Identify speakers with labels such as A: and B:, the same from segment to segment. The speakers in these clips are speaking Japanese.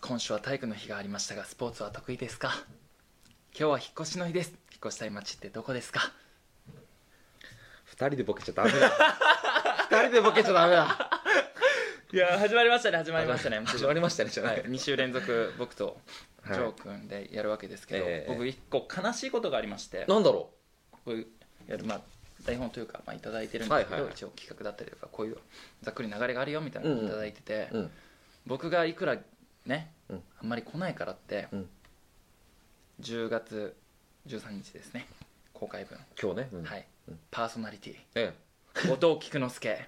A: 今週は体育の日がありましたがスポーツは得意ですか今日は引っ越しの日です引っ越したい街ってどこですか
B: 二人でボケちゃダメだ二人でボケちゃダメだ
A: いや始まりましたね始まりましたね
B: 始まりましたねじゃな、
A: はいい、2週連続僕とジ
B: はい
A: ョー君でやるわけですけど、
B: ええ
A: 僕一個悲しいことがありまして
B: なんだろ
A: こういうやるまあ台本というか、まあ、いただいてるんですけど、
B: はいはいはい
A: 一応企画だったりとかこういうざっくり流れがあるよみたいな
B: うん
A: の
B: う
A: を
B: ん
A: いただいてて、
B: う、うん、
A: 僕がいくらね、
B: うん
A: あんまり来ないからって、
B: うん
A: 10月13日ですね公開分、
B: 今日ね、うん
A: はい
B: うん
A: パーソナリティ
B: え
A: 後藤菊之助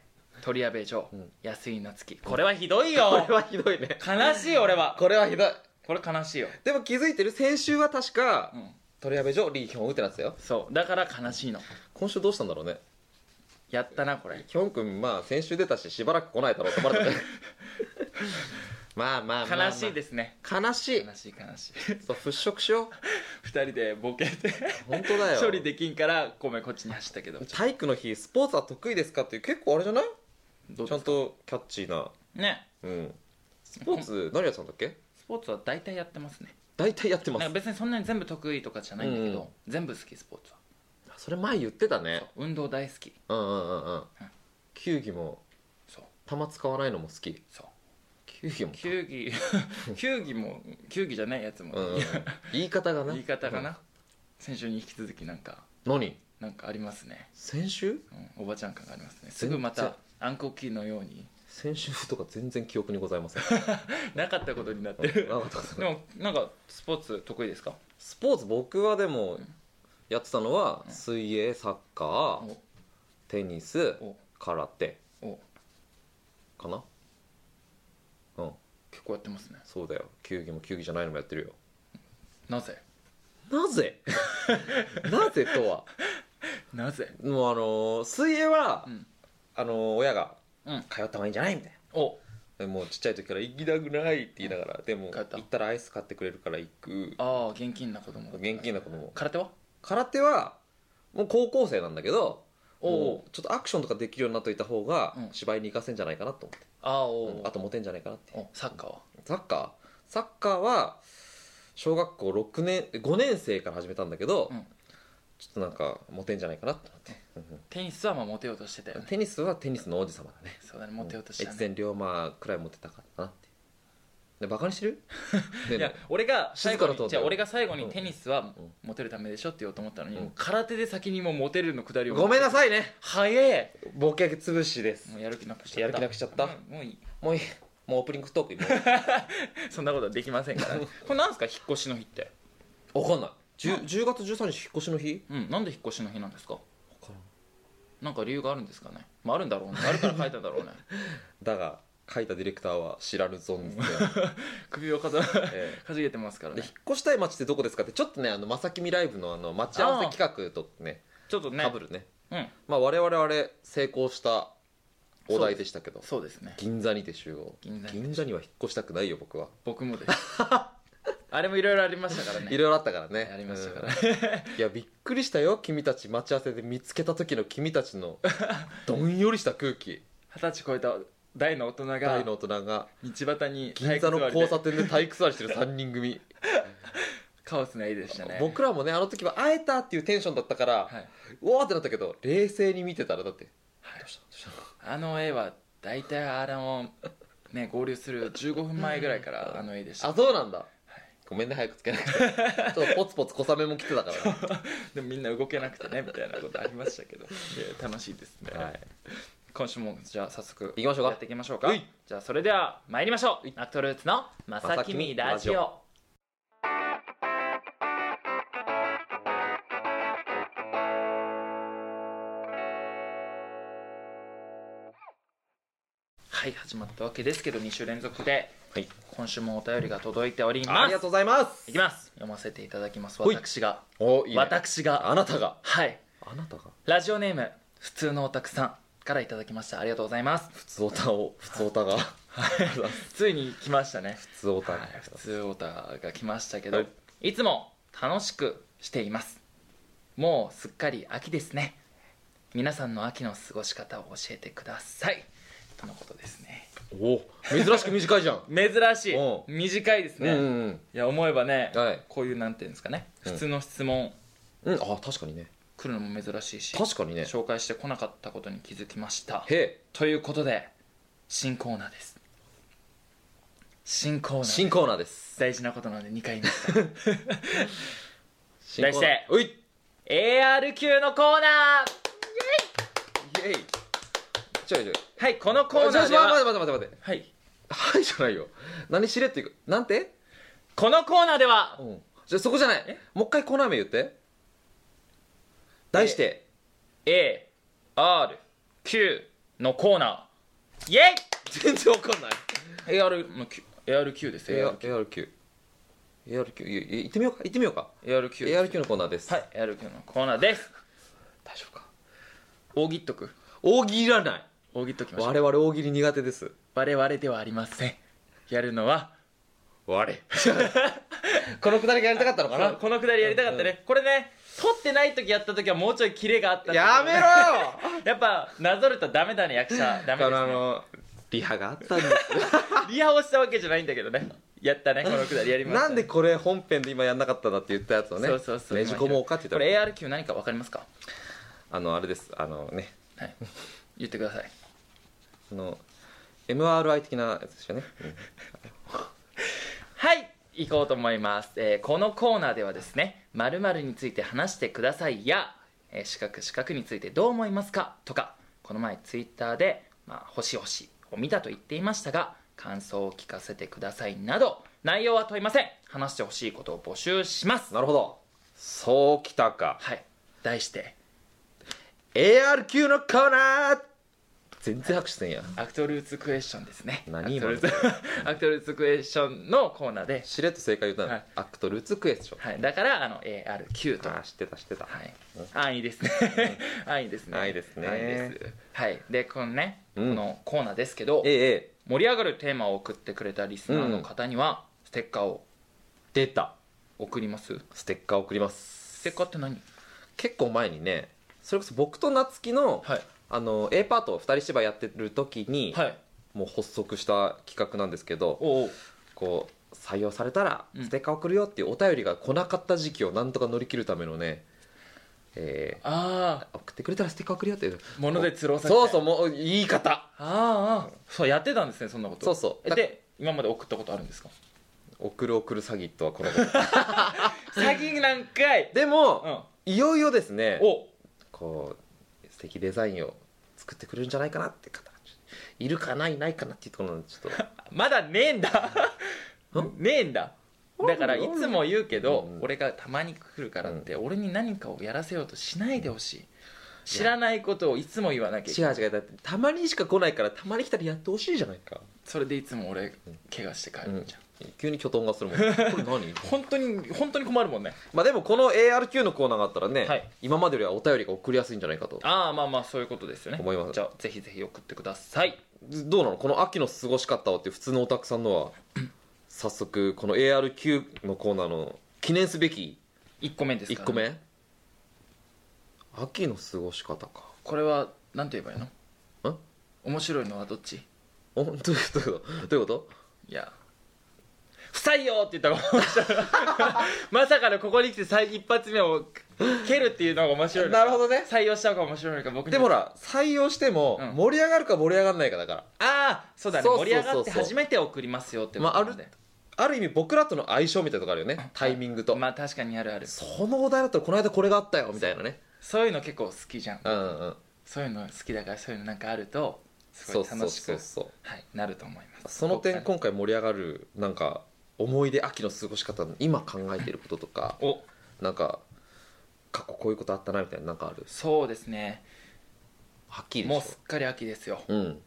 A: 鳥矢部城、
B: うん
A: 安井夏樹これはひどい
B: え こ
A: よ
B: れはひどいね
A: 悲しい俺は
B: これはひどい
A: これ悲しいよ、
B: でも気づいてる先週は確か、
A: うん、
B: 鳥矢部城リーヒョンウってなってたよ
A: そうだから悲しいの
B: 今週どうしたんだろうね
A: やったなこれ
B: ヒョン君まあ先週出たししばらく来ないだろうと思われたね まあまあまあ、まあ、
A: 悲しいですね
B: 悲しい
A: 悲しい悲しい
B: そう払拭しよう
A: 二人でボケて
B: 本当だよ
A: 処理できんからごめんこっちに走ったけど
B: 体育の日スポーツは得意ですかっていう結構あれじゃない
A: どう
B: ちゃんとキャッチーな
A: ね
B: うんスポーツ何やってたんだっけ
A: スポーツは大体やってますね
B: 大体やってま
A: なん
B: す
A: か別にそんなに全部得意とかじゃないんだけ
B: うん
A: ど全部好きスポーツは
B: それ前言ってたね
A: そう運動大好き
B: うんうんうんうん球技も
A: そう
B: 球使わないのも好き
A: そう
B: 球技も
A: 球技球技 も球技じゃないやつも
B: うん うんうん言い方がな
A: 言い方かな先週に引き続きなんか
B: うん何
A: なんかありますね
B: 先週
A: うんおばちゃん感がありますねす
B: 全然
A: ぐまた暗黒期のように
B: 先週とか全然記憶にございません
A: なかったことになって
B: うん
A: る
B: あわかったわかっ
A: で
B: た
A: もなんかスポーツ得意ですか
B: スポーツ僕はでもやってたのは
A: うん
B: 水泳サッカーテニス
A: お
B: 空手
A: おお
B: かなうん
A: 結構やってますね
B: そうだよ球技も球技じゃないのもやってるよ
A: なぜ
B: なぜなぜとは
A: なぜ
B: もうあのー水泳は、
A: うん
B: あのー親が
A: うん
B: 通った方がいいんじゃないみたい
A: お
B: なもうちっちゃい時から行きたくないって言いながらでも
A: 通った
B: 行ったらアイス買ってくれるから行く
A: ああ現金な子供だ
B: 現金な子も
A: 空手は
B: 空手はもう高校生なんだけど
A: おう
B: もうちょっとアクションとかできるようになっといた方が
A: うん
B: 芝居に行かせんじゃないかなと思って、
A: ああおう
B: うんあとモテんじゃないかなって
A: おサッカーは
B: サッカーサッカーは小学校6年5年生から始めたんだけど、
A: うん
B: ちょっとなんかモテんじゃないかなと思って、うんうん
A: テニスはまあモテようとしてたよね
B: テニスはテニスの王子様だね
A: そうだねモテようとしてた
B: 越
A: ね
B: 前龍馬くらいモテたかなってでバカにし てるねえ
A: いや
B: ね
A: 俺が最後
B: 静かなトー
A: に
B: ン
A: じ
B: だよ
A: ゃあ俺が最後に
B: うん
A: テニスは
B: うん
A: モテるためでしょって言おうと思ったのに、
B: うん
A: もう空手で先にもうモテるのくだり
B: え
A: を
B: ごめんな
A: は
B: さいね
A: 早え
B: ボケ潰しです
A: もうやる気なくしちゃ
B: や
A: っ
B: る
A: た
B: 気なくしちゃった、
A: うんもういい
B: もういいもうオープニングトークも
A: そんなことはできませんから、ね、これなんですか引っ越しの日って
B: うわかんない 10, 10月13日引っ越しの日
A: うんなんで引っ越しの日なんですかなんか理由があるんですかね、まあ、あるんだろうねあるから書いたんだろ うね
B: だが書いたディレクターは知らぬ 存在、
A: 首をかざか
B: え
A: じげてますから
B: えで
A: ね
B: 引っ越したい街ってどこですかってちょっとねあのまさきみライブのあの待ち合わせ企画とね
A: ちょっとね
B: かぶるね
A: うん
B: まあ我々はあれ成功したお題でしたけど
A: そうですね
B: 銀座にて集合
A: 銀座に
B: 銀座には引っ越したくないよ僕は
A: 僕もです あれもいろいろありましたから
B: い
A: ね
B: ろいろあったからね
A: ありましたから
B: うんいやびっくりしたよ君たち待ち合わせで見つけた時の君た ちのどんよりした空気
A: 二十歳超えた大の大人が
B: 大の大人が
A: 道端に
B: 銀座の
A: 体育座りで
B: 交差点で体育座りしてる3人組
A: カオスな絵でしたね
B: 僕らもねあの時は会えたっていうテンションだったから、
A: はいう
B: わーってなったけど冷静に見てたらだって
A: はい
B: どうしたどうした
A: あの絵は大体あのね合流する15分前ぐらいからあの絵でした
B: あそうなんだ、ごめんね早くつけ なくてちょっとポツポツ小雨も来てたから
A: でもみんな動けなくてねみたいなことありましたけ どいや楽しいですね、
B: はい
A: 今週もじゃあ早速
B: 行きましょうか
A: やっていきましょうか
B: はい
A: じゃあそれでは参りましょうアクトルーツの「まさきみラジ
B: ま
A: オ」はい始まったわけですけど2週連続で
B: はい
A: 今週もお便りが届いており
B: あ
A: ま
B: り
A: す
B: がとうございます
A: いきます読ませていただきます
B: ほい
A: 私が
B: おいいね
A: 私が
B: あなたが
A: はい
B: あなたが
A: ラジオネーム普通のオタクさんからいただきましたありがとうございます
B: 普通オタを普通オタが
A: ついに来ましたね
B: 普通オタ
A: はい普通オタが来ましたけど、
B: はい
A: い、つも楽しくしていますもうすっかり秋ですね皆さんの秋の過ごし方を教えてくださいとのことですね
B: お珍しく短いじゃん
A: 珍しい
B: おう
A: 短いです
B: うん
A: ね、
B: う
A: い
B: ん
A: や思えばね、
B: はい
A: こういうなんていうんですかね
B: うん
A: 普通の質問
B: うん、うん、あ確かにね
A: 来るのも珍しいし、
B: 確かにね
A: 紹介してこなかったことに気づきました
B: へえ
A: ということで新コーナーです新コーナー
B: 新コーナーです
A: 大事なことなんで2回言いました
B: 新コーナー
A: 題して
B: おい
A: AR 級のコーナー
B: イエイちょいちょい
A: はいこのコーナー
B: ち
A: で
B: ょちょ待
A: は
B: って待って待って待って
A: はい
B: はいじゃないよ何しれっていくなんて
A: このコーナーでは
B: うんじゃあそこじゃない
A: え
B: もう一回コーナー名言って題して、
A: AR 級のコーナーイエ
B: 全然わかんない
A: イ AR の Q AR 級ですよ
B: ARQ ARQ いい行ってみようか行ってみようか
A: AR 級
B: ARQ のコーナーです
A: はい、やるけのコーナーです。
B: 大丈夫か
A: 大喜っとく。
B: 大喜利いらない
A: 大喜っときましょう。
B: 我々大喜利苦手です
A: 我々ではありません。やるのは、
B: 我 このくだりがやりたかったの か
A: こ
B: な
A: のくだりやりたかったね。これね、撮ってない時やった時はもうちょいキレがあった。
B: やめろ。よ
A: やっぱ、なぞるとダメだね、役 者。ダ
B: だ
A: メ
B: か
A: で
B: らあ
A: す、ね。
B: のリハがあった んです
A: リハをしたわけじゃないんだけどね。やったね、このくだりやりました、ね。
B: なんでこれ本編で今やんなかったんだって言ったやつをね
A: そうそうそう。
B: ねじ込もうかって言
A: こ
B: った
A: れ
B: ら
A: AR 級何かわかりますか
B: あのあれですあのね
A: はい。言ってください。
B: あの MRI 的なやつですよね
A: はい行こうと思います、えーこのコーナーではですね「〇〇について話してください」や「えー、四角四角についてどう思いますか?」とかこの前ツイッターで「まあ、星星」を見たと言っていましたが感想を聞かせてくださいなど内容は問いません話してほしいことを募集します
B: なるほどそうきたか
A: はい題して「
B: ARQ のコーナー全然拍手せんや
A: アクトルーツクエスチョン」ですね
B: 何
A: アクト
B: 今の
A: ルーツ アクトルーツクエスチョンのコーナーで、
B: しれっと正解言ったの、
A: はい
B: アクトルーツクエスチョン
A: はい、だからあの ARQ と
B: あー知ってた知ってた、
A: はい
B: うん、
A: 安易ですね安易ですね
B: 安易ですね
A: 安易ですはいでこのね、
B: うん
A: このコーナーですけど
B: ええええ
A: 盛り上がるテーマを送ってくれたリスナーの方にはステッカーを
B: 出た
A: 送ります
B: ステッカー送ります
A: ステッカーって何
B: 結構前にねそれこそ僕と夏希の,、
A: はい
B: あの A パート2人芝居やってる時に、
A: はい
B: もう発足した企画なんですけど
A: おうおう
B: こう採用されたら
A: うん
B: ステッカー送るよっていうお便りが来なかった時期をなんとか乗り切るためのね、え
A: ああ
B: ー送ってくれたらステッカー送るよっていう
A: 物で釣ろうさ
B: そうそううもう言い方
A: あーあーそうやってたんですねそんなこと
B: そうそう
A: えで今まで送ったことあるんですか
B: 送る送る詐欺とはこのこと
A: 詐欺なんかい
B: で
A: う
B: も、
A: ん
B: いよいよですね
A: お
B: こう素敵デザインを作ってくれるんじゃないかなって方がちょっといるかないないかなっていうところなん でちょっ
A: まだねえん だねえんだだからいつも言うけど
B: うん
A: 俺がたまに来るからって俺に何かをやらせようとしないでほしい知らないことをいつも言わなきゃい
B: と
A: けない
B: 違う違うだってたまにしか来ないからたまに来たらやってほしいじゃないか、
A: それでいつも俺怪我して帰るじゃん
B: 急にきょとんがす るもんこれ何
A: 本当に本当に困るもんね
B: まあでもこの ARQ のコーナーがあったらね、
A: はい
B: 今までよりはお便りが送りやすいんじゃないかと
A: ああまあまあそういうことですよね
B: 思います
A: じゃあぜひぜひ送ってください
B: どうなのこの秋の過ごし方をっていう普通のオタクさんの は早速この ARQ のコーナーの記念すべき
A: 1個目ですか
B: 1
A: ら
B: 個目秋の過ごし方か
A: これは何て言えばいいの
B: ん
A: 面白いのはどっち
B: おどういうことどういうこと
A: いや不採用って言ったら面 白いまさかのここに来て最一発目を蹴るっていうのが面白いのか
B: なるほどね
A: 採用した方が面白いのか僕に
B: でもほら採用しても
A: うん
B: 盛り上がるか盛り上がらないかだから、
A: ああそうだね
B: そうそう
A: 盛り上がって
B: そうそう
A: 初めて送りますよってことなんで
B: ある意味僕らとの相性みたいなとこあるよねタイミングと、
A: まあ確かにあるある
B: そのお題だったらこの間これがあったよみたいなね
A: そういうの結構好きじゃん
B: うんうん
A: そういうの好きだからそういうのなんかあるとす
B: そ
A: ご
B: う
A: い
B: そう
A: 楽しく
B: そうそう
A: はい、なると思います
B: その点
A: 僕から
B: 今回盛り上がるなんか思い出秋の過ごし方の今考えてることと か
A: お
B: なんか過去こういうことあったなみたいななんかある
A: そうですね
B: はっきりでし
A: も
B: ょ
A: うすっかり秋ですよ
B: うん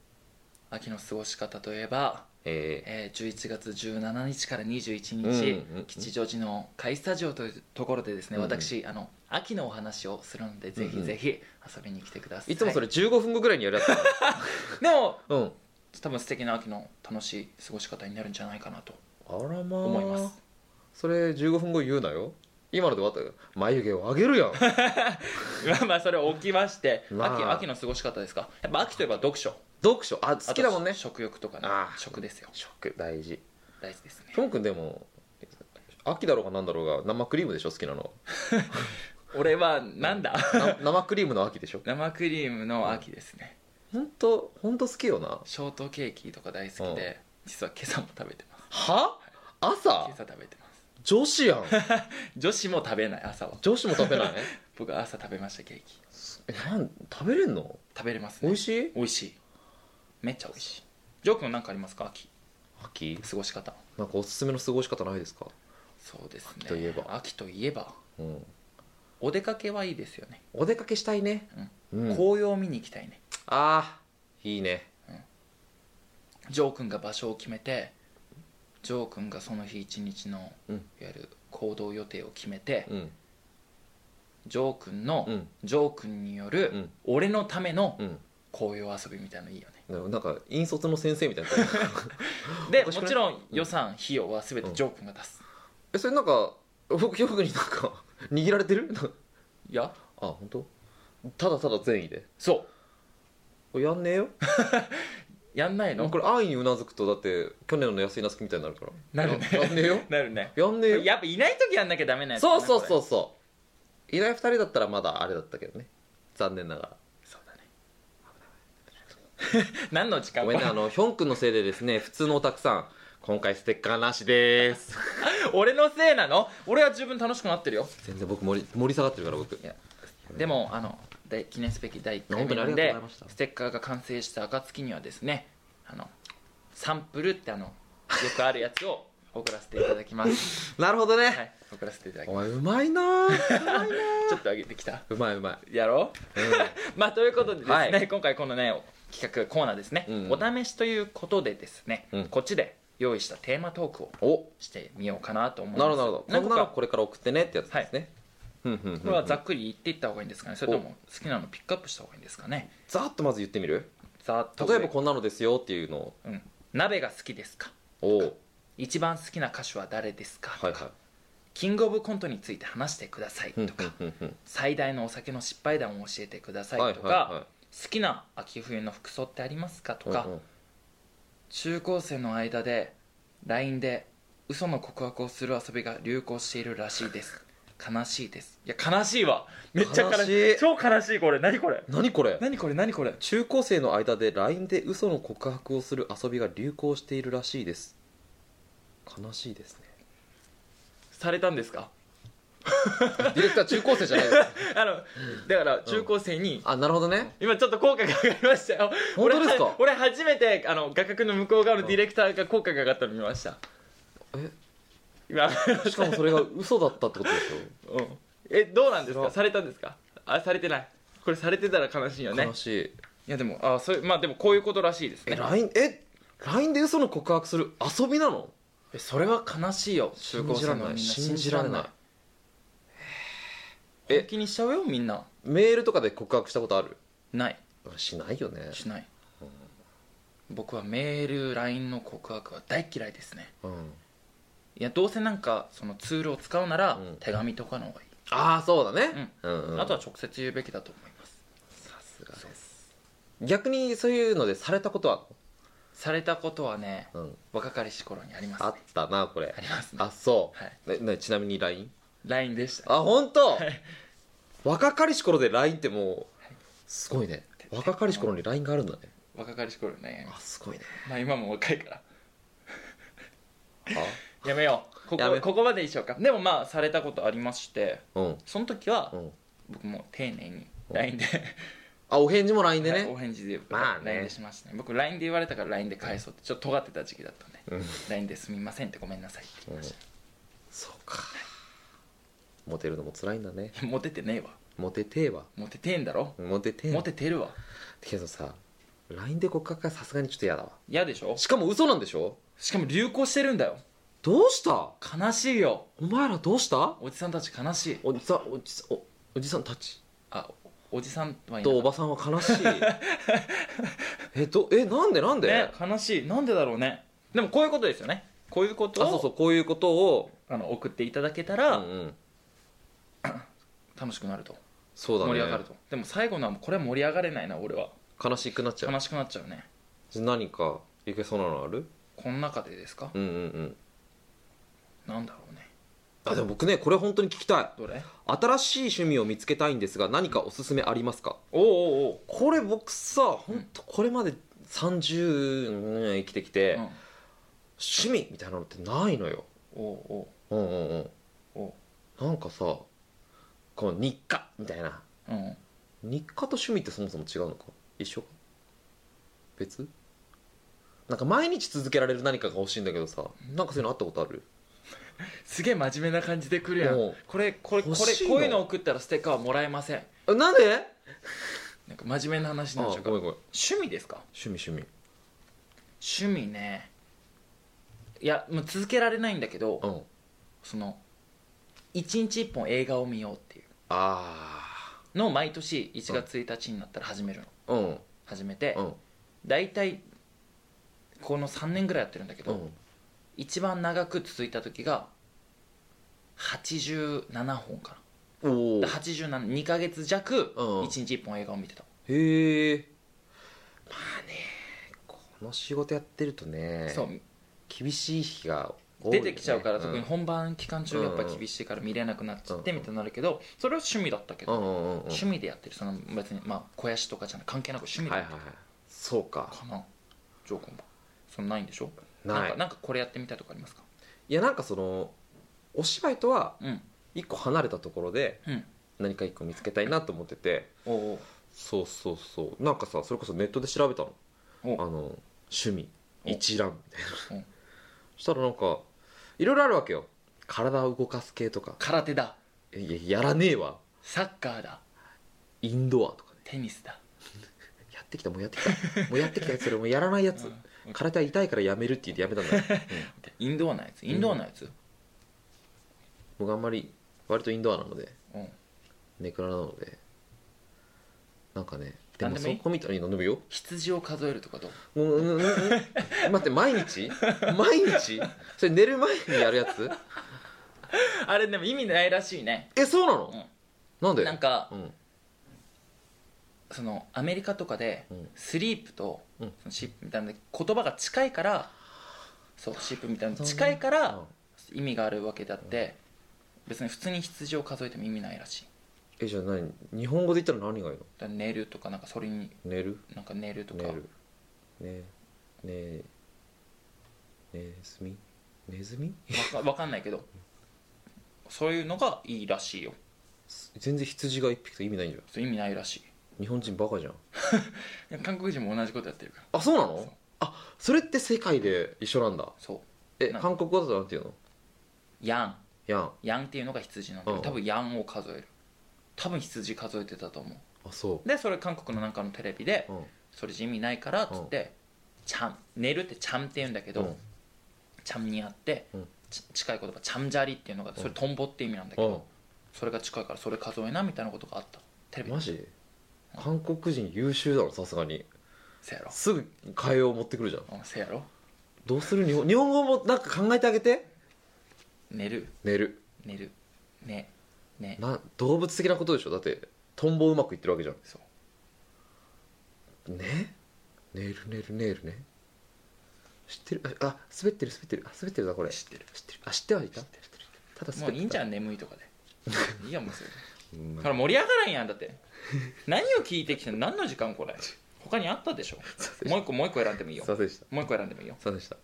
A: 秋の過ごし方といえばえ
B: え
A: ー、11月17日から21
B: うん
A: 日、
B: うんうん
A: 吉祥寺の会スタジオというところでですね、
B: うんうん
A: 私あの秋のお話をするのでぜひぜひ遊びに来てくださ
B: ー
A: い、
B: いつもそれ15分後ぐらいにやるやつだ
A: でも
B: うん
A: 多分素敵な秋の楽しい過ごし方になるんじゃないかなと
B: あらまあ
A: 思います
B: それ15分後言うなよ今ので終わったよ眉毛を上げる やん
A: まあまあそれを置きまして、
B: まあ
A: 秋秋の過ごし方ですかやっぱ秋といえば読書
B: 読書あ好きだもん
A: あ
B: ね
A: と食欲とかね
B: あー
A: 食ですよ
B: 食大事
A: 大事ですね
B: きょん君でも秋だろうがなんだろうが生クリームでしょ好きなの
A: 俺はなんだ
B: な生クリームの秋でしょ
A: 生クリームの秋ですね
B: 本当本当好きよな
A: ショートケーキとか大好きで実は今朝も食べてます
B: は
A: 今
B: 朝
A: 朝食べてます
B: 女子やん
A: 女子も食べない朝は
B: 女子も 食べない
A: 僕は朝食べましたケーキ
B: えなん食べれんの
A: 食べれます
B: 美
A: ね
B: 味しい
A: 美味しいめっちゃ美味しいジョー君なんかありますか秋
B: 秋
A: 過ごし方
B: なんかおすすめの過ごし方ないですか
A: そうですね
B: 秋といえば
A: 秋といえば
B: うん
A: お出かけはいいですよね、
B: お出かけしたいねうん
A: 紅葉を見に行きたいね
B: あーいいね
A: ジョー君が場所を決めてジョー君がその日一日の、
B: うん
A: いわゆる行動予定を決めて、
B: うん
A: ジョー君の、
B: うん
A: ジョー君による、
B: うん
A: 俺のための
B: うん
A: 紅葉遊びみたいのいいよね
B: なんか引率の先生みたいな
A: で
B: おか
A: も
B: しくない
A: ちろん予算、費用は全てジョー君が出す、
B: えそれなんか僕よくになんか握られてるなんか
A: いや
B: あ本当ただただ善意で
A: そう
B: これやんねえよ
A: やんないの
B: これ安易にうなずくとだって去年の安井なつきみたいになるから
A: なるね
B: やんねえよ
A: なるね
B: やんねえ よ
A: やっぱいない時やんなきゃダメなやつだ
B: そ
A: ね
B: うそうそう
A: こ
B: そういない2人だったらまだあれだったけどね残念なが
A: れそうだね何の時
B: ら
A: 間
B: ごめんねあのヒョン君のせいでですね普通のおたくさん今回ステッカーなしでーす
A: 俺のせいなの俺は十分楽しくなってるよ
B: 全然僕盛り盛り下がってるから僕
A: いやでもあので記念すべき第1回
B: 本
A: 目
B: 当に
A: な
B: あり
A: ん
B: がと
A: で
B: うございました
A: ステッカーが完成した暁にはですねあのサンプルってあのよくあるやつを送らせていただきます
B: なるほどね、
A: はい送らせていただき
B: お
A: ます
B: 前うまいなーうまいな
A: ちょっと上げてきた
B: ー うまいうまい
A: やろう、 まあということでですね、
B: はい
A: 今回このね企画コーナーですね、
B: うん
A: お試しということでですね、
B: うん
A: こっちで用意したテーマトークを
B: お
A: してみようかなと思うんです
B: なるほどなるほどこ
A: ん
B: ん
A: か
B: なのこれから送ってねってやつですね、ふんふんふん
A: これはざっくり言っていった方がいいんですかねそれとも好きなのピックアップした方がいいんですかね
B: ざーっとまず言ってみる
A: ざっと
B: 例えばこんなのですよっていうのを
A: うん、鍋が好きですか
B: おう
A: 一番好きな歌手は誰ですか、
B: はいは
A: キングオブコントについて話してください
B: い
A: とか
B: ふんふんふん
A: 最大のお酒の失敗談を教えてくださ
B: ふん
A: いとか、
B: はいはいはい
A: 好きな秋冬の服装ってありますかとか、
B: うんうん
A: 中高生の間で LINE で嘘の告白をする遊びが流行しているらしいです悲しいですいや悲しいわめっちゃ悲しい
B: 悲しい
A: 超悲しいこれ何これ
B: 何これ
A: 何これ何これ
B: 中高生の間で LINE で嘘の告白をする遊びが流行しているらしいです悲しいですね
A: されたんですか
B: ディレクター中高生じゃない
A: あのだから中高生に、
B: あなるほどね
A: 今ちょっと効果が上がりましたよ
B: 本当ですか
A: 俺は俺初めてあの画角の向こう側のディレクターが効果が上がったの見ました
B: え
A: 今、
B: しかもそれが嘘だったってことでし
A: うん、 えどうなんです
B: そ
A: か
B: う
A: されたんですかあされてないこれされてたら悲しいよ
B: ょ
A: ね
B: 悲しい
A: いやでもあそれまあでもこういうことらしいです
B: え
A: ね
B: LINE え LINE で嘘の告白する遊びなの
A: えそれは悲しいよ中
B: 信
A: 高
B: じ
A: 生
B: ら
A: のみん
B: れな
A: ない信
B: 信
A: じ
B: じ
A: ら
B: ら
A: れ
B: れ
A: ない
B: ないえ
A: 本気にしちゃうよみんな
B: メールとかで告白したことある
A: ない
B: しないよね
A: しない僕はメール LINE の告白は大嫌いですね
B: うん
A: いやどうせなんかそのツールを使うなら、
B: うん
A: 手紙とかの方がいい
B: ああそうだねうんうん
A: あとは直接言うべきだと思います
B: さすが
A: そう
B: です逆にそういうのでされたことは
A: されたことはね
B: あるのうん
A: 若かりし頃にあります
B: あ
A: ね
B: ったなこれ
A: ありますね
B: あそ、
A: はいう
B: ねねちなみに LINE
A: LINE でした
B: あ本当
A: い
B: 若かりし頃で LINE ってもうすごいね
A: て
B: 若かりし頃に LINE があるんだね
A: 若かりし頃ね
B: あすごいね
A: まあ今も若いから
B: あ
A: やめようこ
B: や
A: こ
B: め
A: ここまでにしようかでもまあされたことありまして
B: うん
A: その時は
B: うん
A: 僕も丁寧に
B: うん
A: LINE で
B: あお返事も LINE で
A: お
B: ね
A: 返事で
B: まあね
A: LINE でしましたね僕 LINE で言われたから LINE で返そうってちょっと尖ってた時期だったんで
B: うん
A: LINE ですみませんってごめんなさいって言いまし
B: そうかモテるのも辛いんだね
A: たモテてねえわ
B: モテてえわ
A: モテてえんだろ
B: モテてえ
A: モテてるわ
B: けどさ LINE で告白はさすがにちょっと嫌だわ
A: 嫌でしょ
B: しかも嘘なんでしょ
A: しかも流行してるんだよ
B: どうした
A: 悲しいよ
B: お前らどうした
A: おじさんたち悲しい
B: おじさんおじさんおおじさんたち
A: あおおじさんはいな
B: と
A: い
B: おばさんは 悲しいえどえなんでなんで、
A: ね悲しいなんでだろうねでもこういうことですよねこういうことを
B: あそうそうこういうことを、
A: あの送っていただけたら、
B: うんうん
A: 楽しくなると
B: そうだね
A: 盛り上がるとでも最後のはこれは盛り上がれないな俺は
B: 悲しくなっちゃう
A: 悲しくなっちゃうね
B: じゃあ何かいけそうなのある
A: この中でですか、
B: うんうんうん
A: なんだろうね
B: あでも僕ねこれ本当に聞きたい
A: どれ
B: 新しい趣味を見つけたいんですが何かおすすめありますか
A: おうおうおう
B: これ僕さ本当これまで30年生きてきて、
A: うん
B: 趣味みたいなのってないのよ
A: おうおう
B: うんうんうん
A: おう
B: なんかさこう日課みたいな
A: うん
B: 日課と趣味ってそもそも違うのか一緒か別なんか毎日続けられる何かが欲しいんだけどさなんかそういうのあったことある
A: すげえ真面目な感じで来るや
B: お
A: ん
B: う
A: これこれこれ
B: 欲しいの
A: こういうの送ったらステッカーはもらえません
B: えなんで
A: なんか真面目な話
B: あ
A: なんでしょうか
B: ごめんごめん
A: 趣味ですか
B: 趣味趣味
A: 趣味ねいやもう続けられないんだけど
B: うん
A: その一日一本映画を見ようっていう
B: あ
A: のを毎年1月1日になったら始めるの
B: あうん
A: 始めて
B: うん
A: 大体この3年ぐらいやってるんだけ
B: う
A: ど、
B: ん
A: 一番長く続いた時が87本か
B: おお
A: な872ヶ月弱
B: うん
A: 1日1本映画を見てた
B: へえまあねこの仕事やってるとね
A: そう
B: 厳しい日が多いよね、
A: 出てきちゃうから
B: ん
A: 特に本番期間中やっぱ厳しいから見れなくなっちゃってみたいになるけどそれは趣味だったけ
B: う
A: ど
B: んうんうんうん
A: 趣味でやってるその別にまあ肥やしとかじゃない関係なく趣味
B: はい
A: だ
B: はいはいそうか
A: かなジョーコンはそんなないんでしょ
B: なんい
A: かなんかこれやってみたいとかありますか
B: いやなんかそのお芝居とは
A: うん
B: 一個離れたところで
A: うん
B: 何か一個見つけたいなと思ってて
A: おお
B: そうそうそうなんかさそれこそネットで調べたの
A: お
B: あの趣味
A: お
B: 一覧みたい
A: うん
B: な そしたらなんかいろいろあるわけよ体を動かす系とか
A: 空手だ
B: いややらねえわ
A: サッカーだ
B: インドアとかね
A: テニスだ
B: やってきたもうやってきたもうやってきたやつそれもうやらないやつ
A: うん
B: 体痛いからやめるって言ってやめたんだよ、
A: インドアなやつインドアなやつ
B: 僕あんまり割とインドアなので
A: うん
B: ネクラなのでなんかねで
A: なん
B: も
A: でも
B: そ
A: いい
B: こみたいに飲むよ
A: 羊を数えるとかどう
B: うんうんうんうん待って毎日毎日それ寝る前にやるやつ
A: あれでも意味ないらしいね
B: えそうなの、
A: うん
B: なんで
A: なんか
B: うん
A: そのアメリカとかで
B: うん
A: スリープと
B: うん
A: そのシップみたいな言葉が近いからそうシップみたいな
B: そうね
A: 近いか
B: う
A: ら
B: ん
A: 意味があるわけであって別に普通に羊を数えても意味ないらしい
B: えじゃあ何日本語で言ったら何がいい
A: だ
B: の
A: から寝るとかなんかそれに
B: 寝る
A: なんか寝るとか
B: 寝るねねネズミネズミ
A: わかわかんないけどそういうのがいいらしいよ
B: 全然羊が一匹と意味ないんじゃ
A: そう意味ないらし
B: ん日本人バカじゃん
A: い韓国人も同じことやってるから
B: あそうな
A: そう
B: のあそれって世界で一緒なんだ
A: そう
B: え
A: なん
B: 韓国語だとなんて言うの
A: ヤン
B: やんあ
A: ヤンっていうのが羊なんだけ
B: う
A: ど
B: ん
A: 多分ヤンを数える多分羊数えてたと思
B: そう
A: でそれ韓国のなんかのテレビで
B: う、うん、
A: それじゃ意味ないからっつって、ちゃん寝るってちゃんって言うんだけど、
B: うん
A: ちゃんにあって、
B: うん
A: ち近い言葉ちゃんじゃりっていうのがそれトンボって意味なんだけど、それが近いからそれ数えなみたいなことがあったテレ
B: うん
A: ビ
B: マジ韓国人優秀だろさすがに
A: せやろ
B: すぐ替えを持ってくるじゃん
A: うんせやろ
B: どうする日本日本語もなんか考えてあげて
A: 寝る
B: 寝る
A: 寝るねね
B: な動物的なことでしょだってトンボうまくいってるわけじゃん
A: そう
B: ね寝る寝る寝るね知ってるああ滑ってる滑ってるあ滑ってるなこれ
A: 知ってる
B: 知ってるあ知ってはいたただ
A: もういいんじゃ
B: ん
A: ん眠いと かでいいやもうそれ
B: うん
A: だから盛り上がらんやんだって 何を聞いてきてんの何の時間これ他にあったでしょもう一個もう一個選んでもいいよ
B: すいませんでした
A: もう一個選んでもいいよ
B: そうでした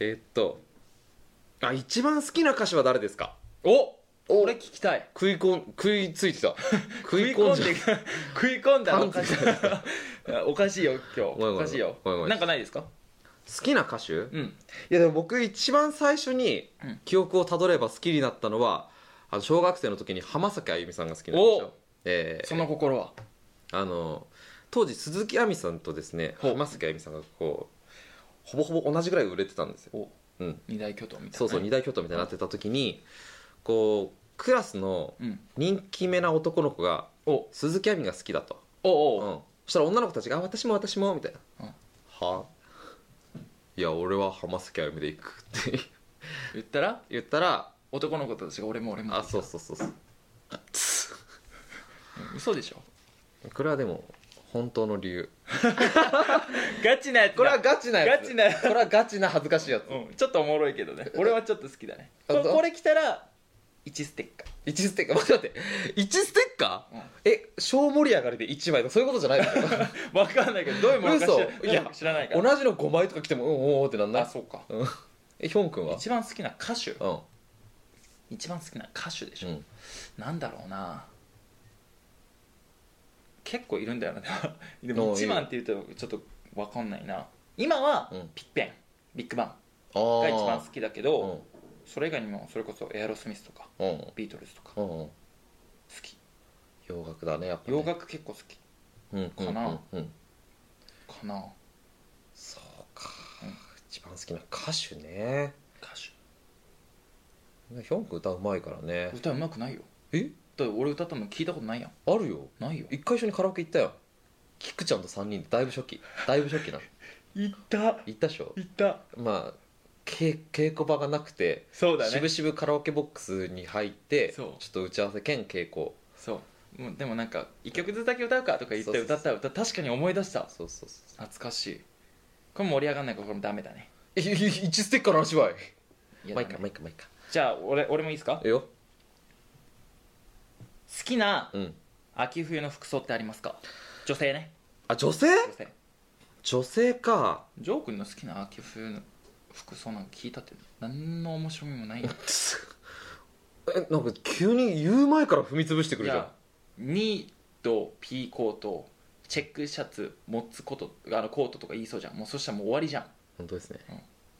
B: えーっとあ一番好きな歌手は誰ですか
A: お
B: お
A: 俺聞きたい
B: 食いこん食いついて た食い込んじゃう
A: 食い込んで 食い込んだらお
B: パン
A: か
B: ツ
A: しいおかしいよ 今日
B: ごめん
A: お
B: ごめん
A: かしいよ
B: ごめんごめん
A: なんかないですか
B: 好きな歌手
A: うん
B: いやでも僕一番最初に
A: うん
B: 記憶をたどれば好きになったのはあの小学生の時に浜崎あゆみさんが好きなんですよ
A: お
B: えー
A: その心は
B: あの当時鈴木亜美さんとですね
A: ほう
B: 浜崎あゆみさんがこうほぼほぼ同じぐらい売れてたんですよ
A: お
B: うん
A: 二大巨頭みたいな
B: そうそう二大巨頭みたいになってた時にこうクラスの
A: うん
B: 人気めな男の子が
A: おお
B: 鈴木亜美が好きだと、
A: お
B: う
A: お
B: ん、そしたら女の子たちがあ「私も私も」みたいな
A: うん
B: 「はいや俺は浜崎あゆみで行く」って
A: 言ったら
B: 言ったら
A: 男の子たちが俺も俺
B: 「
A: も
B: あそうそうそうそう
A: 嘘でしょ
B: これはでも本当の理由
A: ガチなやつだ
B: これはガチなやつ
A: ガチな
B: これはガチな恥ずかしいやつ
A: うん、ちょっとおもろいけどね俺はちょっと好きだね
B: あ
A: こ
B: どう
A: これ来たら1ステッカー
B: 1ステッカー待って待って1ステッカー、
A: うん
B: え小盛り上がりで1枚とかそういうことじゃないですか
A: わかんないけどどういうものか
B: 嘘
A: 知ら
B: いや
A: 知らないから
B: 同じの5枚とか来てもうんおーってなんない
A: あそうか
B: うんえヒョン君は
A: 一番好きな歌手
B: うん
A: 一番好きな歌手でしょ、
B: うん
A: なんだろうな結構いるんだよなで
B: お
A: も
B: う
A: 一番って言うとちょっとわかんないな今は
B: うん
A: ピッペンビッグバン
B: あ
A: が
B: ー
A: 一番好きだけど、
B: うん
A: それ以外にもそれこそエアロスミスとか
B: うん
A: ビートルズとか好
B: うんうん
A: き
B: 洋楽だねやっぱ、ね、
A: 洋楽結構好き
B: うんうん
A: かな
B: うんうん
A: かな
B: そうか、
A: うん
B: 一番好きな歌手ね
A: 歌手
B: ヒョン君歌うまいからね
A: 歌うまくないよ
B: え
A: だって俺歌ったの聞いたことないやん
B: あるよ
A: ないよ
B: 一回一緒にカラオケ行ったよキクちゃんと3人でだいぶ初期だいぶ初期な
A: 行った
B: 行ったでしょ
A: 行った
B: まあけ稽古場がなくて
A: そうだ
B: し
A: ね
B: ぶしぶカラオケボックスに入ってち
A: そう
B: ょっと打ち合わせ兼稽古
A: そうもうでもなんか1曲ずつだけ歌うかとか言って
B: そうそ
A: 歌
B: う
A: ったら歌確かに思い出した
B: そうそうそう
A: 懐かしいこれ盛り上がんないからこれもダメだね
B: えいい1ステッカーの話ばい
A: いや
B: まあいい
A: ダメ
B: かまあいいかまあいいか
A: じゃあ俺俺もいいですか
B: えよ
A: 好きな
B: うん
A: 秋冬の服装ってありますか女性ね
B: あ女性
A: 女性
B: 女性か
A: ジョー君の好きな秋冬の服装なんか聞いたって何の面白みもない い
B: えなんか急に言う前から踏み潰してくるじゃん
A: やニートピーコートチェックシャツモッツコートあのコートとか言いそうじゃんもうそしたらもう終わりじゃん
B: 本当ですね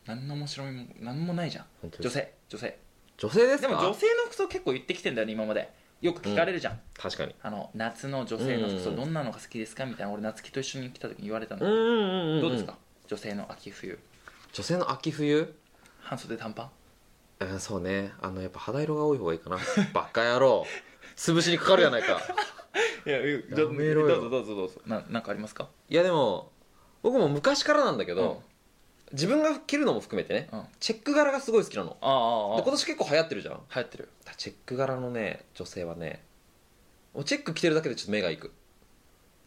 A: 何の面白みも何もないじゃん
B: 本当で
A: 女
B: す
A: 性女性
B: 女性です
A: で
B: か
A: も女性の服装結構言ってきてんだよね今までよく聞かれるじゃん、
B: 確かに
A: あの夏の女性の服装
B: うん
A: どんなのが好きですかみたいな俺夏希と一緒に来た時に言われた
B: う
A: の、
B: んうんうんんん
A: どうですか女性の秋冬
B: 女性の秋冬
A: 半袖短パン
B: えーそうねあのやっぱ肌色が多い方がいいかな バカ野郎潰しにかかるやない か
A: いやや
B: どうやめろよどうぞ
A: どうぞどうぞななんかありますか
B: いやでも僕も昔からなんだけど、自分が着るのも含めてね、
A: うんあ
B: チェック柄がすごい好きなの
A: あああ
B: で今年結構流行ってるじゃん
A: 流行ってる
B: チェック柄のね女性はねもうチェック着てるだけでちょっと目がいく好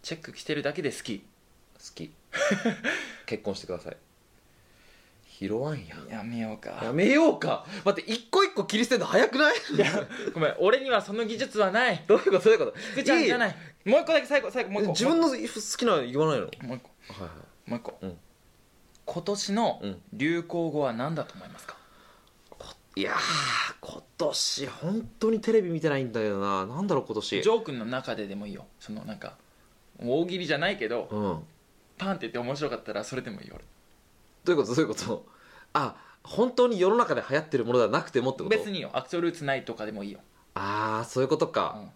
A: チェック着てるだけで好きい
B: き結婚してください拾わんやん
A: やめようか
B: やめようか待って一個一個切り捨てるの早くない
A: ごめん俺にはその技術はない
B: どういうことどういうこと
A: 福ちゃんじゃないいもう一個だけ最後最後もう一個
B: 自分の好きなの言わないのはい
A: もう一個
B: はい
A: もう一個、
B: うん
A: 今年の
B: うん
A: 流行語は何だと思いますか、
B: こいやー今年本当にテレビ見てないんだけどななんだろう今年
A: ジョー君の中ででもいいよそのなんか大喜利じゃないけど
B: うんど
A: パンって言って面白かったらそれでもいいよ
B: ういうことどういうことあ本当に世の中で流行ってるものではなくてもってこ
A: 俺
B: と
A: 別にいいよアクトルーツないとかでもいいよ、
B: ああそういうこと
A: う
B: か、
A: ん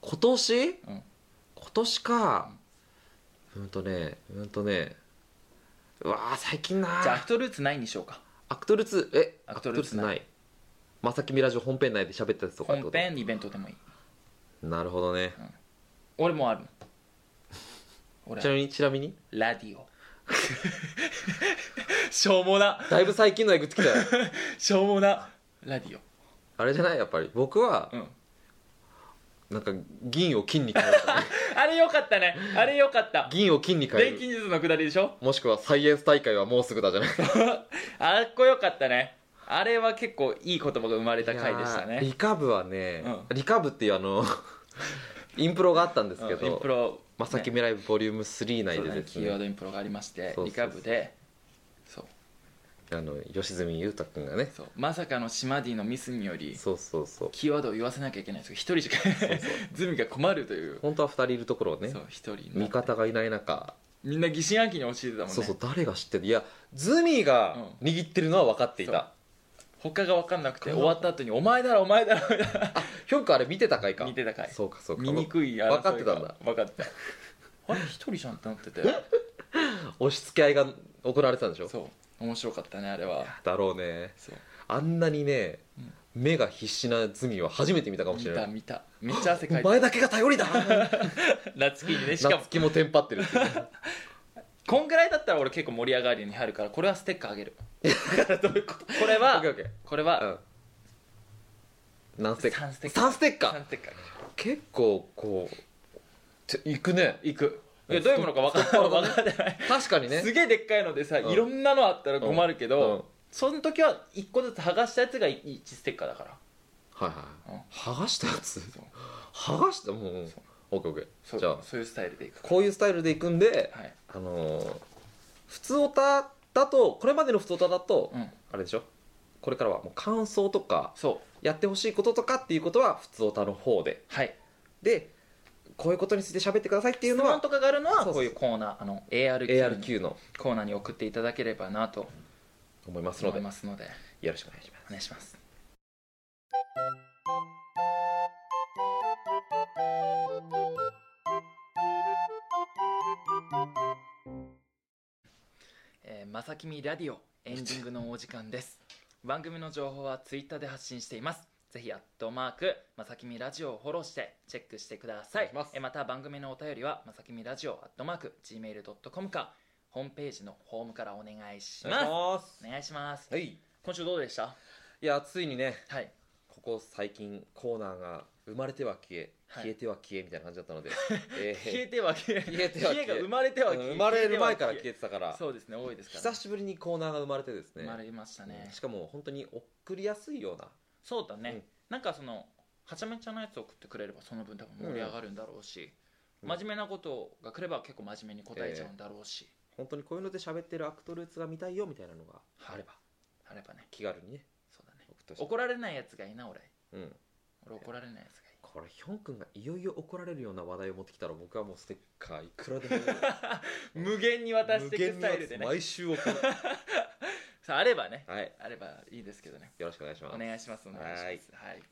B: 今年
A: うん
B: 今年かうんとねうんとねうわー最近な
A: じゃあアクトルーツないにしようか
B: アクトルツえ
A: アクトルツ
B: ア
A: ない
B: いまさきみラジオ本編内で喋ったやつとかってこ
A: 本
B: と
A: 編イベントでもいい
B: なるほどね
A: 俺もあるの俺
B: ちなみにちなみに
A: ラディオ しょうもな
B: だいぶ最近のえぐってきたよ
A: しょうもなラディ
B: あれじゃないやっぱり僕は
A: オ、うん
B: なんか銀を金に 変える
A: あれよかったねあれよかった
B: 銀を金に変え
A: 錬
B: る
A: 金術のくだりでしょ
B: もしくはサイエンス大会はもうすぐだじゃない
A: あっこよかったねあれは結構いい言葉が生まれた回でした
B: いや
A: ね
B: ーリカブはね、
A: う
B: リカブっていう あのインプロがあったんですけ
A: うんイン
B: ど
A: プロ
B: 「まさきみライブボリューム3内
A: そう
B: で
A: だね
B: です
A: キーワー
B: ね
A: ドインプロがありまして
B: そうそうそう
A: リカブでそう
B: あの吉住裕太君がね
A: そうまさかのシマディのミスにより
B: そうそうそう
A: キーワードを言わせなきゃいけないんですけど一人しか ズミが困るという
B: 本当は2人いるところをね
A: そう一人にな
B: 味方がいない中
A: みんな疑心暗鬼に陥ってたもんね
B: そうそう誰が知ってるいやズミが握ってるのは分かっていた
A: 他が分かんなくて終わった後に「お前だろお前だろ」みたいな
B: ヒョン君あれ見てたかいか
A: 見てたかい
B: そうかそうか
A: 醜い争いが
B: 分かってたんだ
A: 分かってたあれ一人じゃんってなってて
B: 押し付け合いが行われてたんでしょ
A: そう面白かったねあれは
B: だろうね
A: そう
B: あんなにね
A: うん
B: 目が必死なズミは初めて見たかも
A: 見
B: しれな
A: た
B: い
A: 見ためっちゃ汗かい
B: お
A: て
B: 前だけが頼りだ
A: 夏希に ねしかも
B: 夏希もテンパって るっていうね
A: こんくらいだったら俺結構盛り上がりに入るからこれはステッカーあげ る
B: だからどういうこと
A: これ
B: オ
A: は
B: ッケーオッケー
A: これは
B: うん何ステッカ
A: 三ステッ
B: ー
A: カー
B: 3ステッカー
A: 3ステッカーあげる
B: 結構こうていくね
A: 行くいやどういうものか 分かんない分かんない、
B: 確かにね
A: すげえでっかいのでさ、
B: うん
A: いろんなのあったら困るけど、
B: うん
A: その時は1個ずつ剥がしたやつが1ステッカーだから
B: はいはい、
A: うん
B: 剥がしたやつ
A: そう
B: 剥がしたもう
A: そう
B: オッケーオッケ
A: そ
B: ー
A: う
B: じゃあ
A: そういうスタイルでいく
B: こういうスタイルでいくんで、
A: はい、
B: あのー普通オタだとこれまでの普通オタだと、
A: うん、
B: あれでしょこれからはもう感想とか
A: そう
B: やってほしいこととかっていうことは普通オタの方で
A: はい
B: でこういうことについて喋ってくださいっていう
A: 質
B: の
A: 問
B: は
A: とかがあるの
B: そう
A: は
B: そう
A: こういうコーナーあの ARQ の
B: ARQ の
A: コーナーに送っていただければなと
B: 思いますの
A: 思
B: で
A: いますので
B: よろしくお願いします
A: お願いしますえーまさきみラディオエンディングのお時間です番組の情報はツイッターで発信していますぜひアットマークまさきみラジオをフォローしてチェックしてください
B: お願いします
A: えーまた番組のお便りはまさきみラジオアットマーク Gmail.com かホームページのホームからお願いし
B: お
A: ます
B: 願いします
A: お願いします
B: はいい
A: 今週どうでした
B: やついにね
A: はい
B: ここ最近コーナーが生まれては消え、
A: はい
B: 消えては消えみたいな感じだった ので、えー
A: 消えては消え
B: 消えては消え
A: が生まれては
B: うん
A: 消え
B: 生まれる前から消
A: え
B: えてたから
A: そうですね多いですから
B: 久しぶりにコーナーが生まれてですね
A: 生まれましたね
B: しかも本当に送りやすいような
A: そうだね、
B: うん
A: なんかそのはちゃめちゃなやつ送ってくれればその分多分盛り上がるんだろうし、
B: うん
A: 真面目なことが来れば結構真面目に答えちゃうんだろうし、
B: 本当にこういうので喋ってるアクトルーツが見たいよみたいなのがあれば
A: あればね
B: 気軽にね
A: そうだね
B: 送ってほしい
A: 怒られないやつがいいな俺
B: うん、
A: 俺怒られないやつがいい
B: これヒョン君がいよいよ怒られるような話題を持ってきたら僕はもうステッカーいくらでも
A: 無限に渡していくスタイルでね
B: 無限に毎週送 る
A: さああればね
B: はい
A: あればいいですけどね
B: よろしくお願いします
A: お願いしますお願いします
B: は
A: はいい、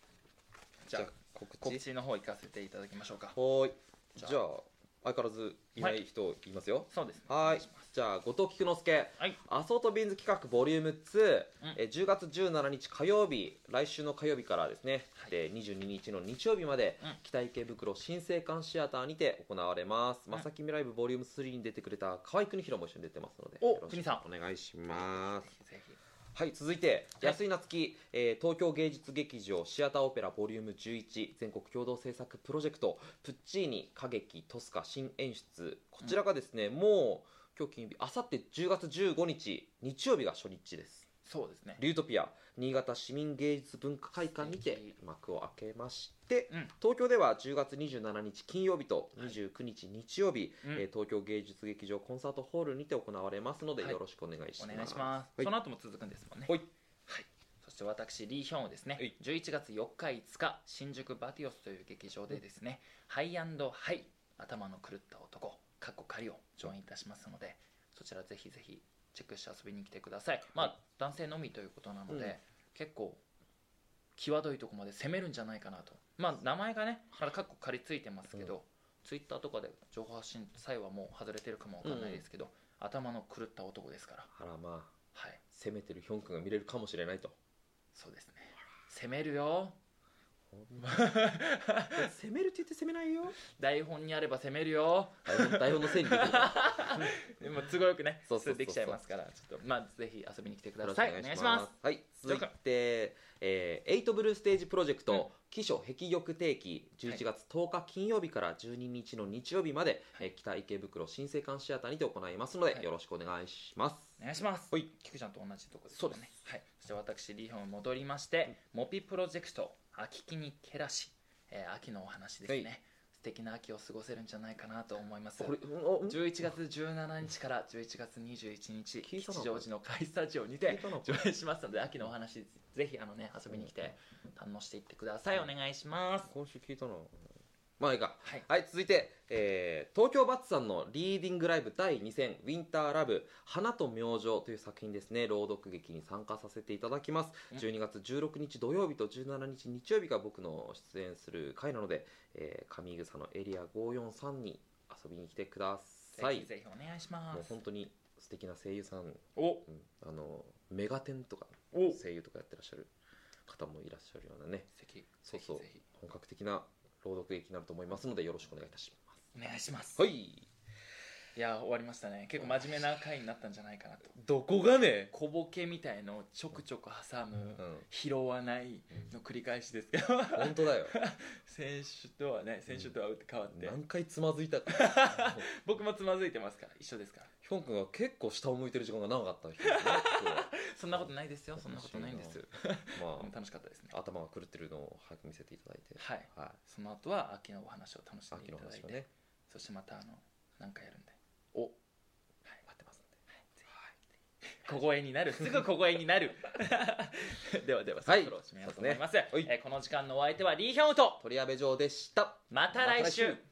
B: じ
A: じ
B: ゃ
A: ゃあ
B: あ告知
A: 告知の方行かせていただきましょうか
B: はーいじ
A: じ
B: ゃ
A: ゃ
B: あ
A: あ
B: 相変わらずいない人いますよ、
A: そうですね
B: は
A: お
B: ー
A: 願
B: い
A: します
B: じゃあ後藤菊之助
A: はい
B: アソートビーンズ企画ボリューム2、
A: うん
B: えー10月17日火曜日来週の火曜日からですね、
A: はい
B: で22日の日曜日まで、
A: うん
B: 北池袋新生館シアターにて行われます、
A: ん
B: まさきみライブボリューム3に出てくれた河合邦弘も一緒に出てますので
A: お
B: よろしく
A: 邦さ
B: お願いします
A: ぜひ
B: はい続いて
A: はい
B: 安井夏樹、えー東京芸術劇場シアターオペラボリューム11全国共同制作プロジェクトプッチーニ歌劇トスカ新演出こちらがですね、もう今日金曜日あさって10月15日日曜日が初日です
A: そうですね
B: リュートピア新潟市民芸術文化会館に
A: 素
B: て
A: 敵
B: 幕を開けまして、
A: うん
B: 東京では10月27日金曜日と29日日曜日、
A: うん
B: えー東京芸術劇場コンサートホールにて行われますので、
A: はい
B: よろしくお願いし
A: お
B: ます
A: 願いします、
B: はい
A: その後も続くんですもんね
B: はい
A: そして私リーヒョンをですね
B: はい
A: 11月4日5日新宿バティオスという劇場でですね、ハイハイ頭の狂った男カッコ仮を上演いたしますのでそちらぜひぜひチェックして遊びに来てください、まあ男性のみということなので、
B: うん
A: 結構際どいとこまで攻めるんじゃないかなとまあ名前がねまだカッコ仮ついてますけど、ツイッターとかで情報発信際はもう外れてるかもわかんないですけど、頭の狂った男ですから
B: あらまあ
A: はい
B: 攻めてるヒョン君が見れるかもしれないと
A: そうですね攻めるよ
B: 攻めるって言って攻めないよ
A: 台本にあれば攻めるよ
B: 台本台本のせいにできるから
A: でも都合よくね
B: そうそうそうそう
A: できちゃいますからちょっとまあぜひ遊びに来てく
B: よ
A: だ
B: ろ。
A: さいお願いします
B: はい、続いて、えー、エイトブルーステージプロジェク
A: うん
B: ト、起書壁玉定期、11月10日金曜日から12日の日曜日まで、えー北池袋新生館シアターにて行いますので、
A: はい
B: よろしくお願いします。
A: お願いします
B: はい
A: 菊ちゃんと同じとこですね
B: そうです
A: はいそして私リーホン戻りましてモピプロジェクト秋きにけらし、えー秋のお話ですね、
B: は
A: 素敵な秋を過ごせるんじゃないかなと思います
B: これ、うんうん
A: 11月17日から11月21日
B: 聞いたな
A: 吉祥寺のカイスタジオに
B: 聞い
A: て
B: たな
A: 上演しますので秋のお話ぜひあのね遊びに来て堪能していってくださいお願いします
B: 今週聞いたな。まあいいか。
A: はい
B: はい、続いて、えー東京バッツさんのリーディングライブ第2戦、ウィンターラブ、花と明星という作品ですね、朗読劇に参加させていただきます。
A: うん
B: 12月16日土曜日と17日日曜日が僕の出演する回なので、えー上草のエリア543に遊びに来てくださ
A: ぜ
B: い
A: ひ。ぜひお願いし
B: も
A: ま
B: う
A: す
B: 本当に素敵な声優さん、
A: お
B: うんあの、メガテンとか
A: お
B: 声優とかやってらっしゃる方もいらっしゃるようなね、
A: ぜひ
B: そうそう
A: ぜひぜ
B: 本格的な朗読劇になると思いますのでよろしくお願いいたします。
A: ひお願いします
B: はい。
A: いや終わりましたね結構真面目な回になったんじゃないかなと
B: どこがね
A: 小ボケみたいのをちょくちょく挟む、
B: うん
A: 拾わないの繰り返しですけど
B: 本 当だよ
A: 先週とはね先週とは打って変わって、
B: 何回つまず いたか
A: 僕もつまずいてますから一緒ですから
B: ヒョン君が結構下を向いてる時間が長かったんですよね今日は
A: そんなことないです よそんなことないんです
B: ま
A: うん楽しかったですね
B: あ頭が狂ってるのを早く見せていただいて
A: はい
B: はい
A: その後は秋のお話を楽しんで
B: 秋
A: い
B: の
A: ただい
B: 話
A: て、
B: がね
A: そしてまたあの何かやるんで
B: お
A: はい
B: 待ってますんで
A: 小声にな るすぐ小声になるではではそろそろ締めようと思います、
B: はい
A: えーこの時間のお相手はリーヒョンウと
B: 鳥矢部城でした
A: また来週
B: また来週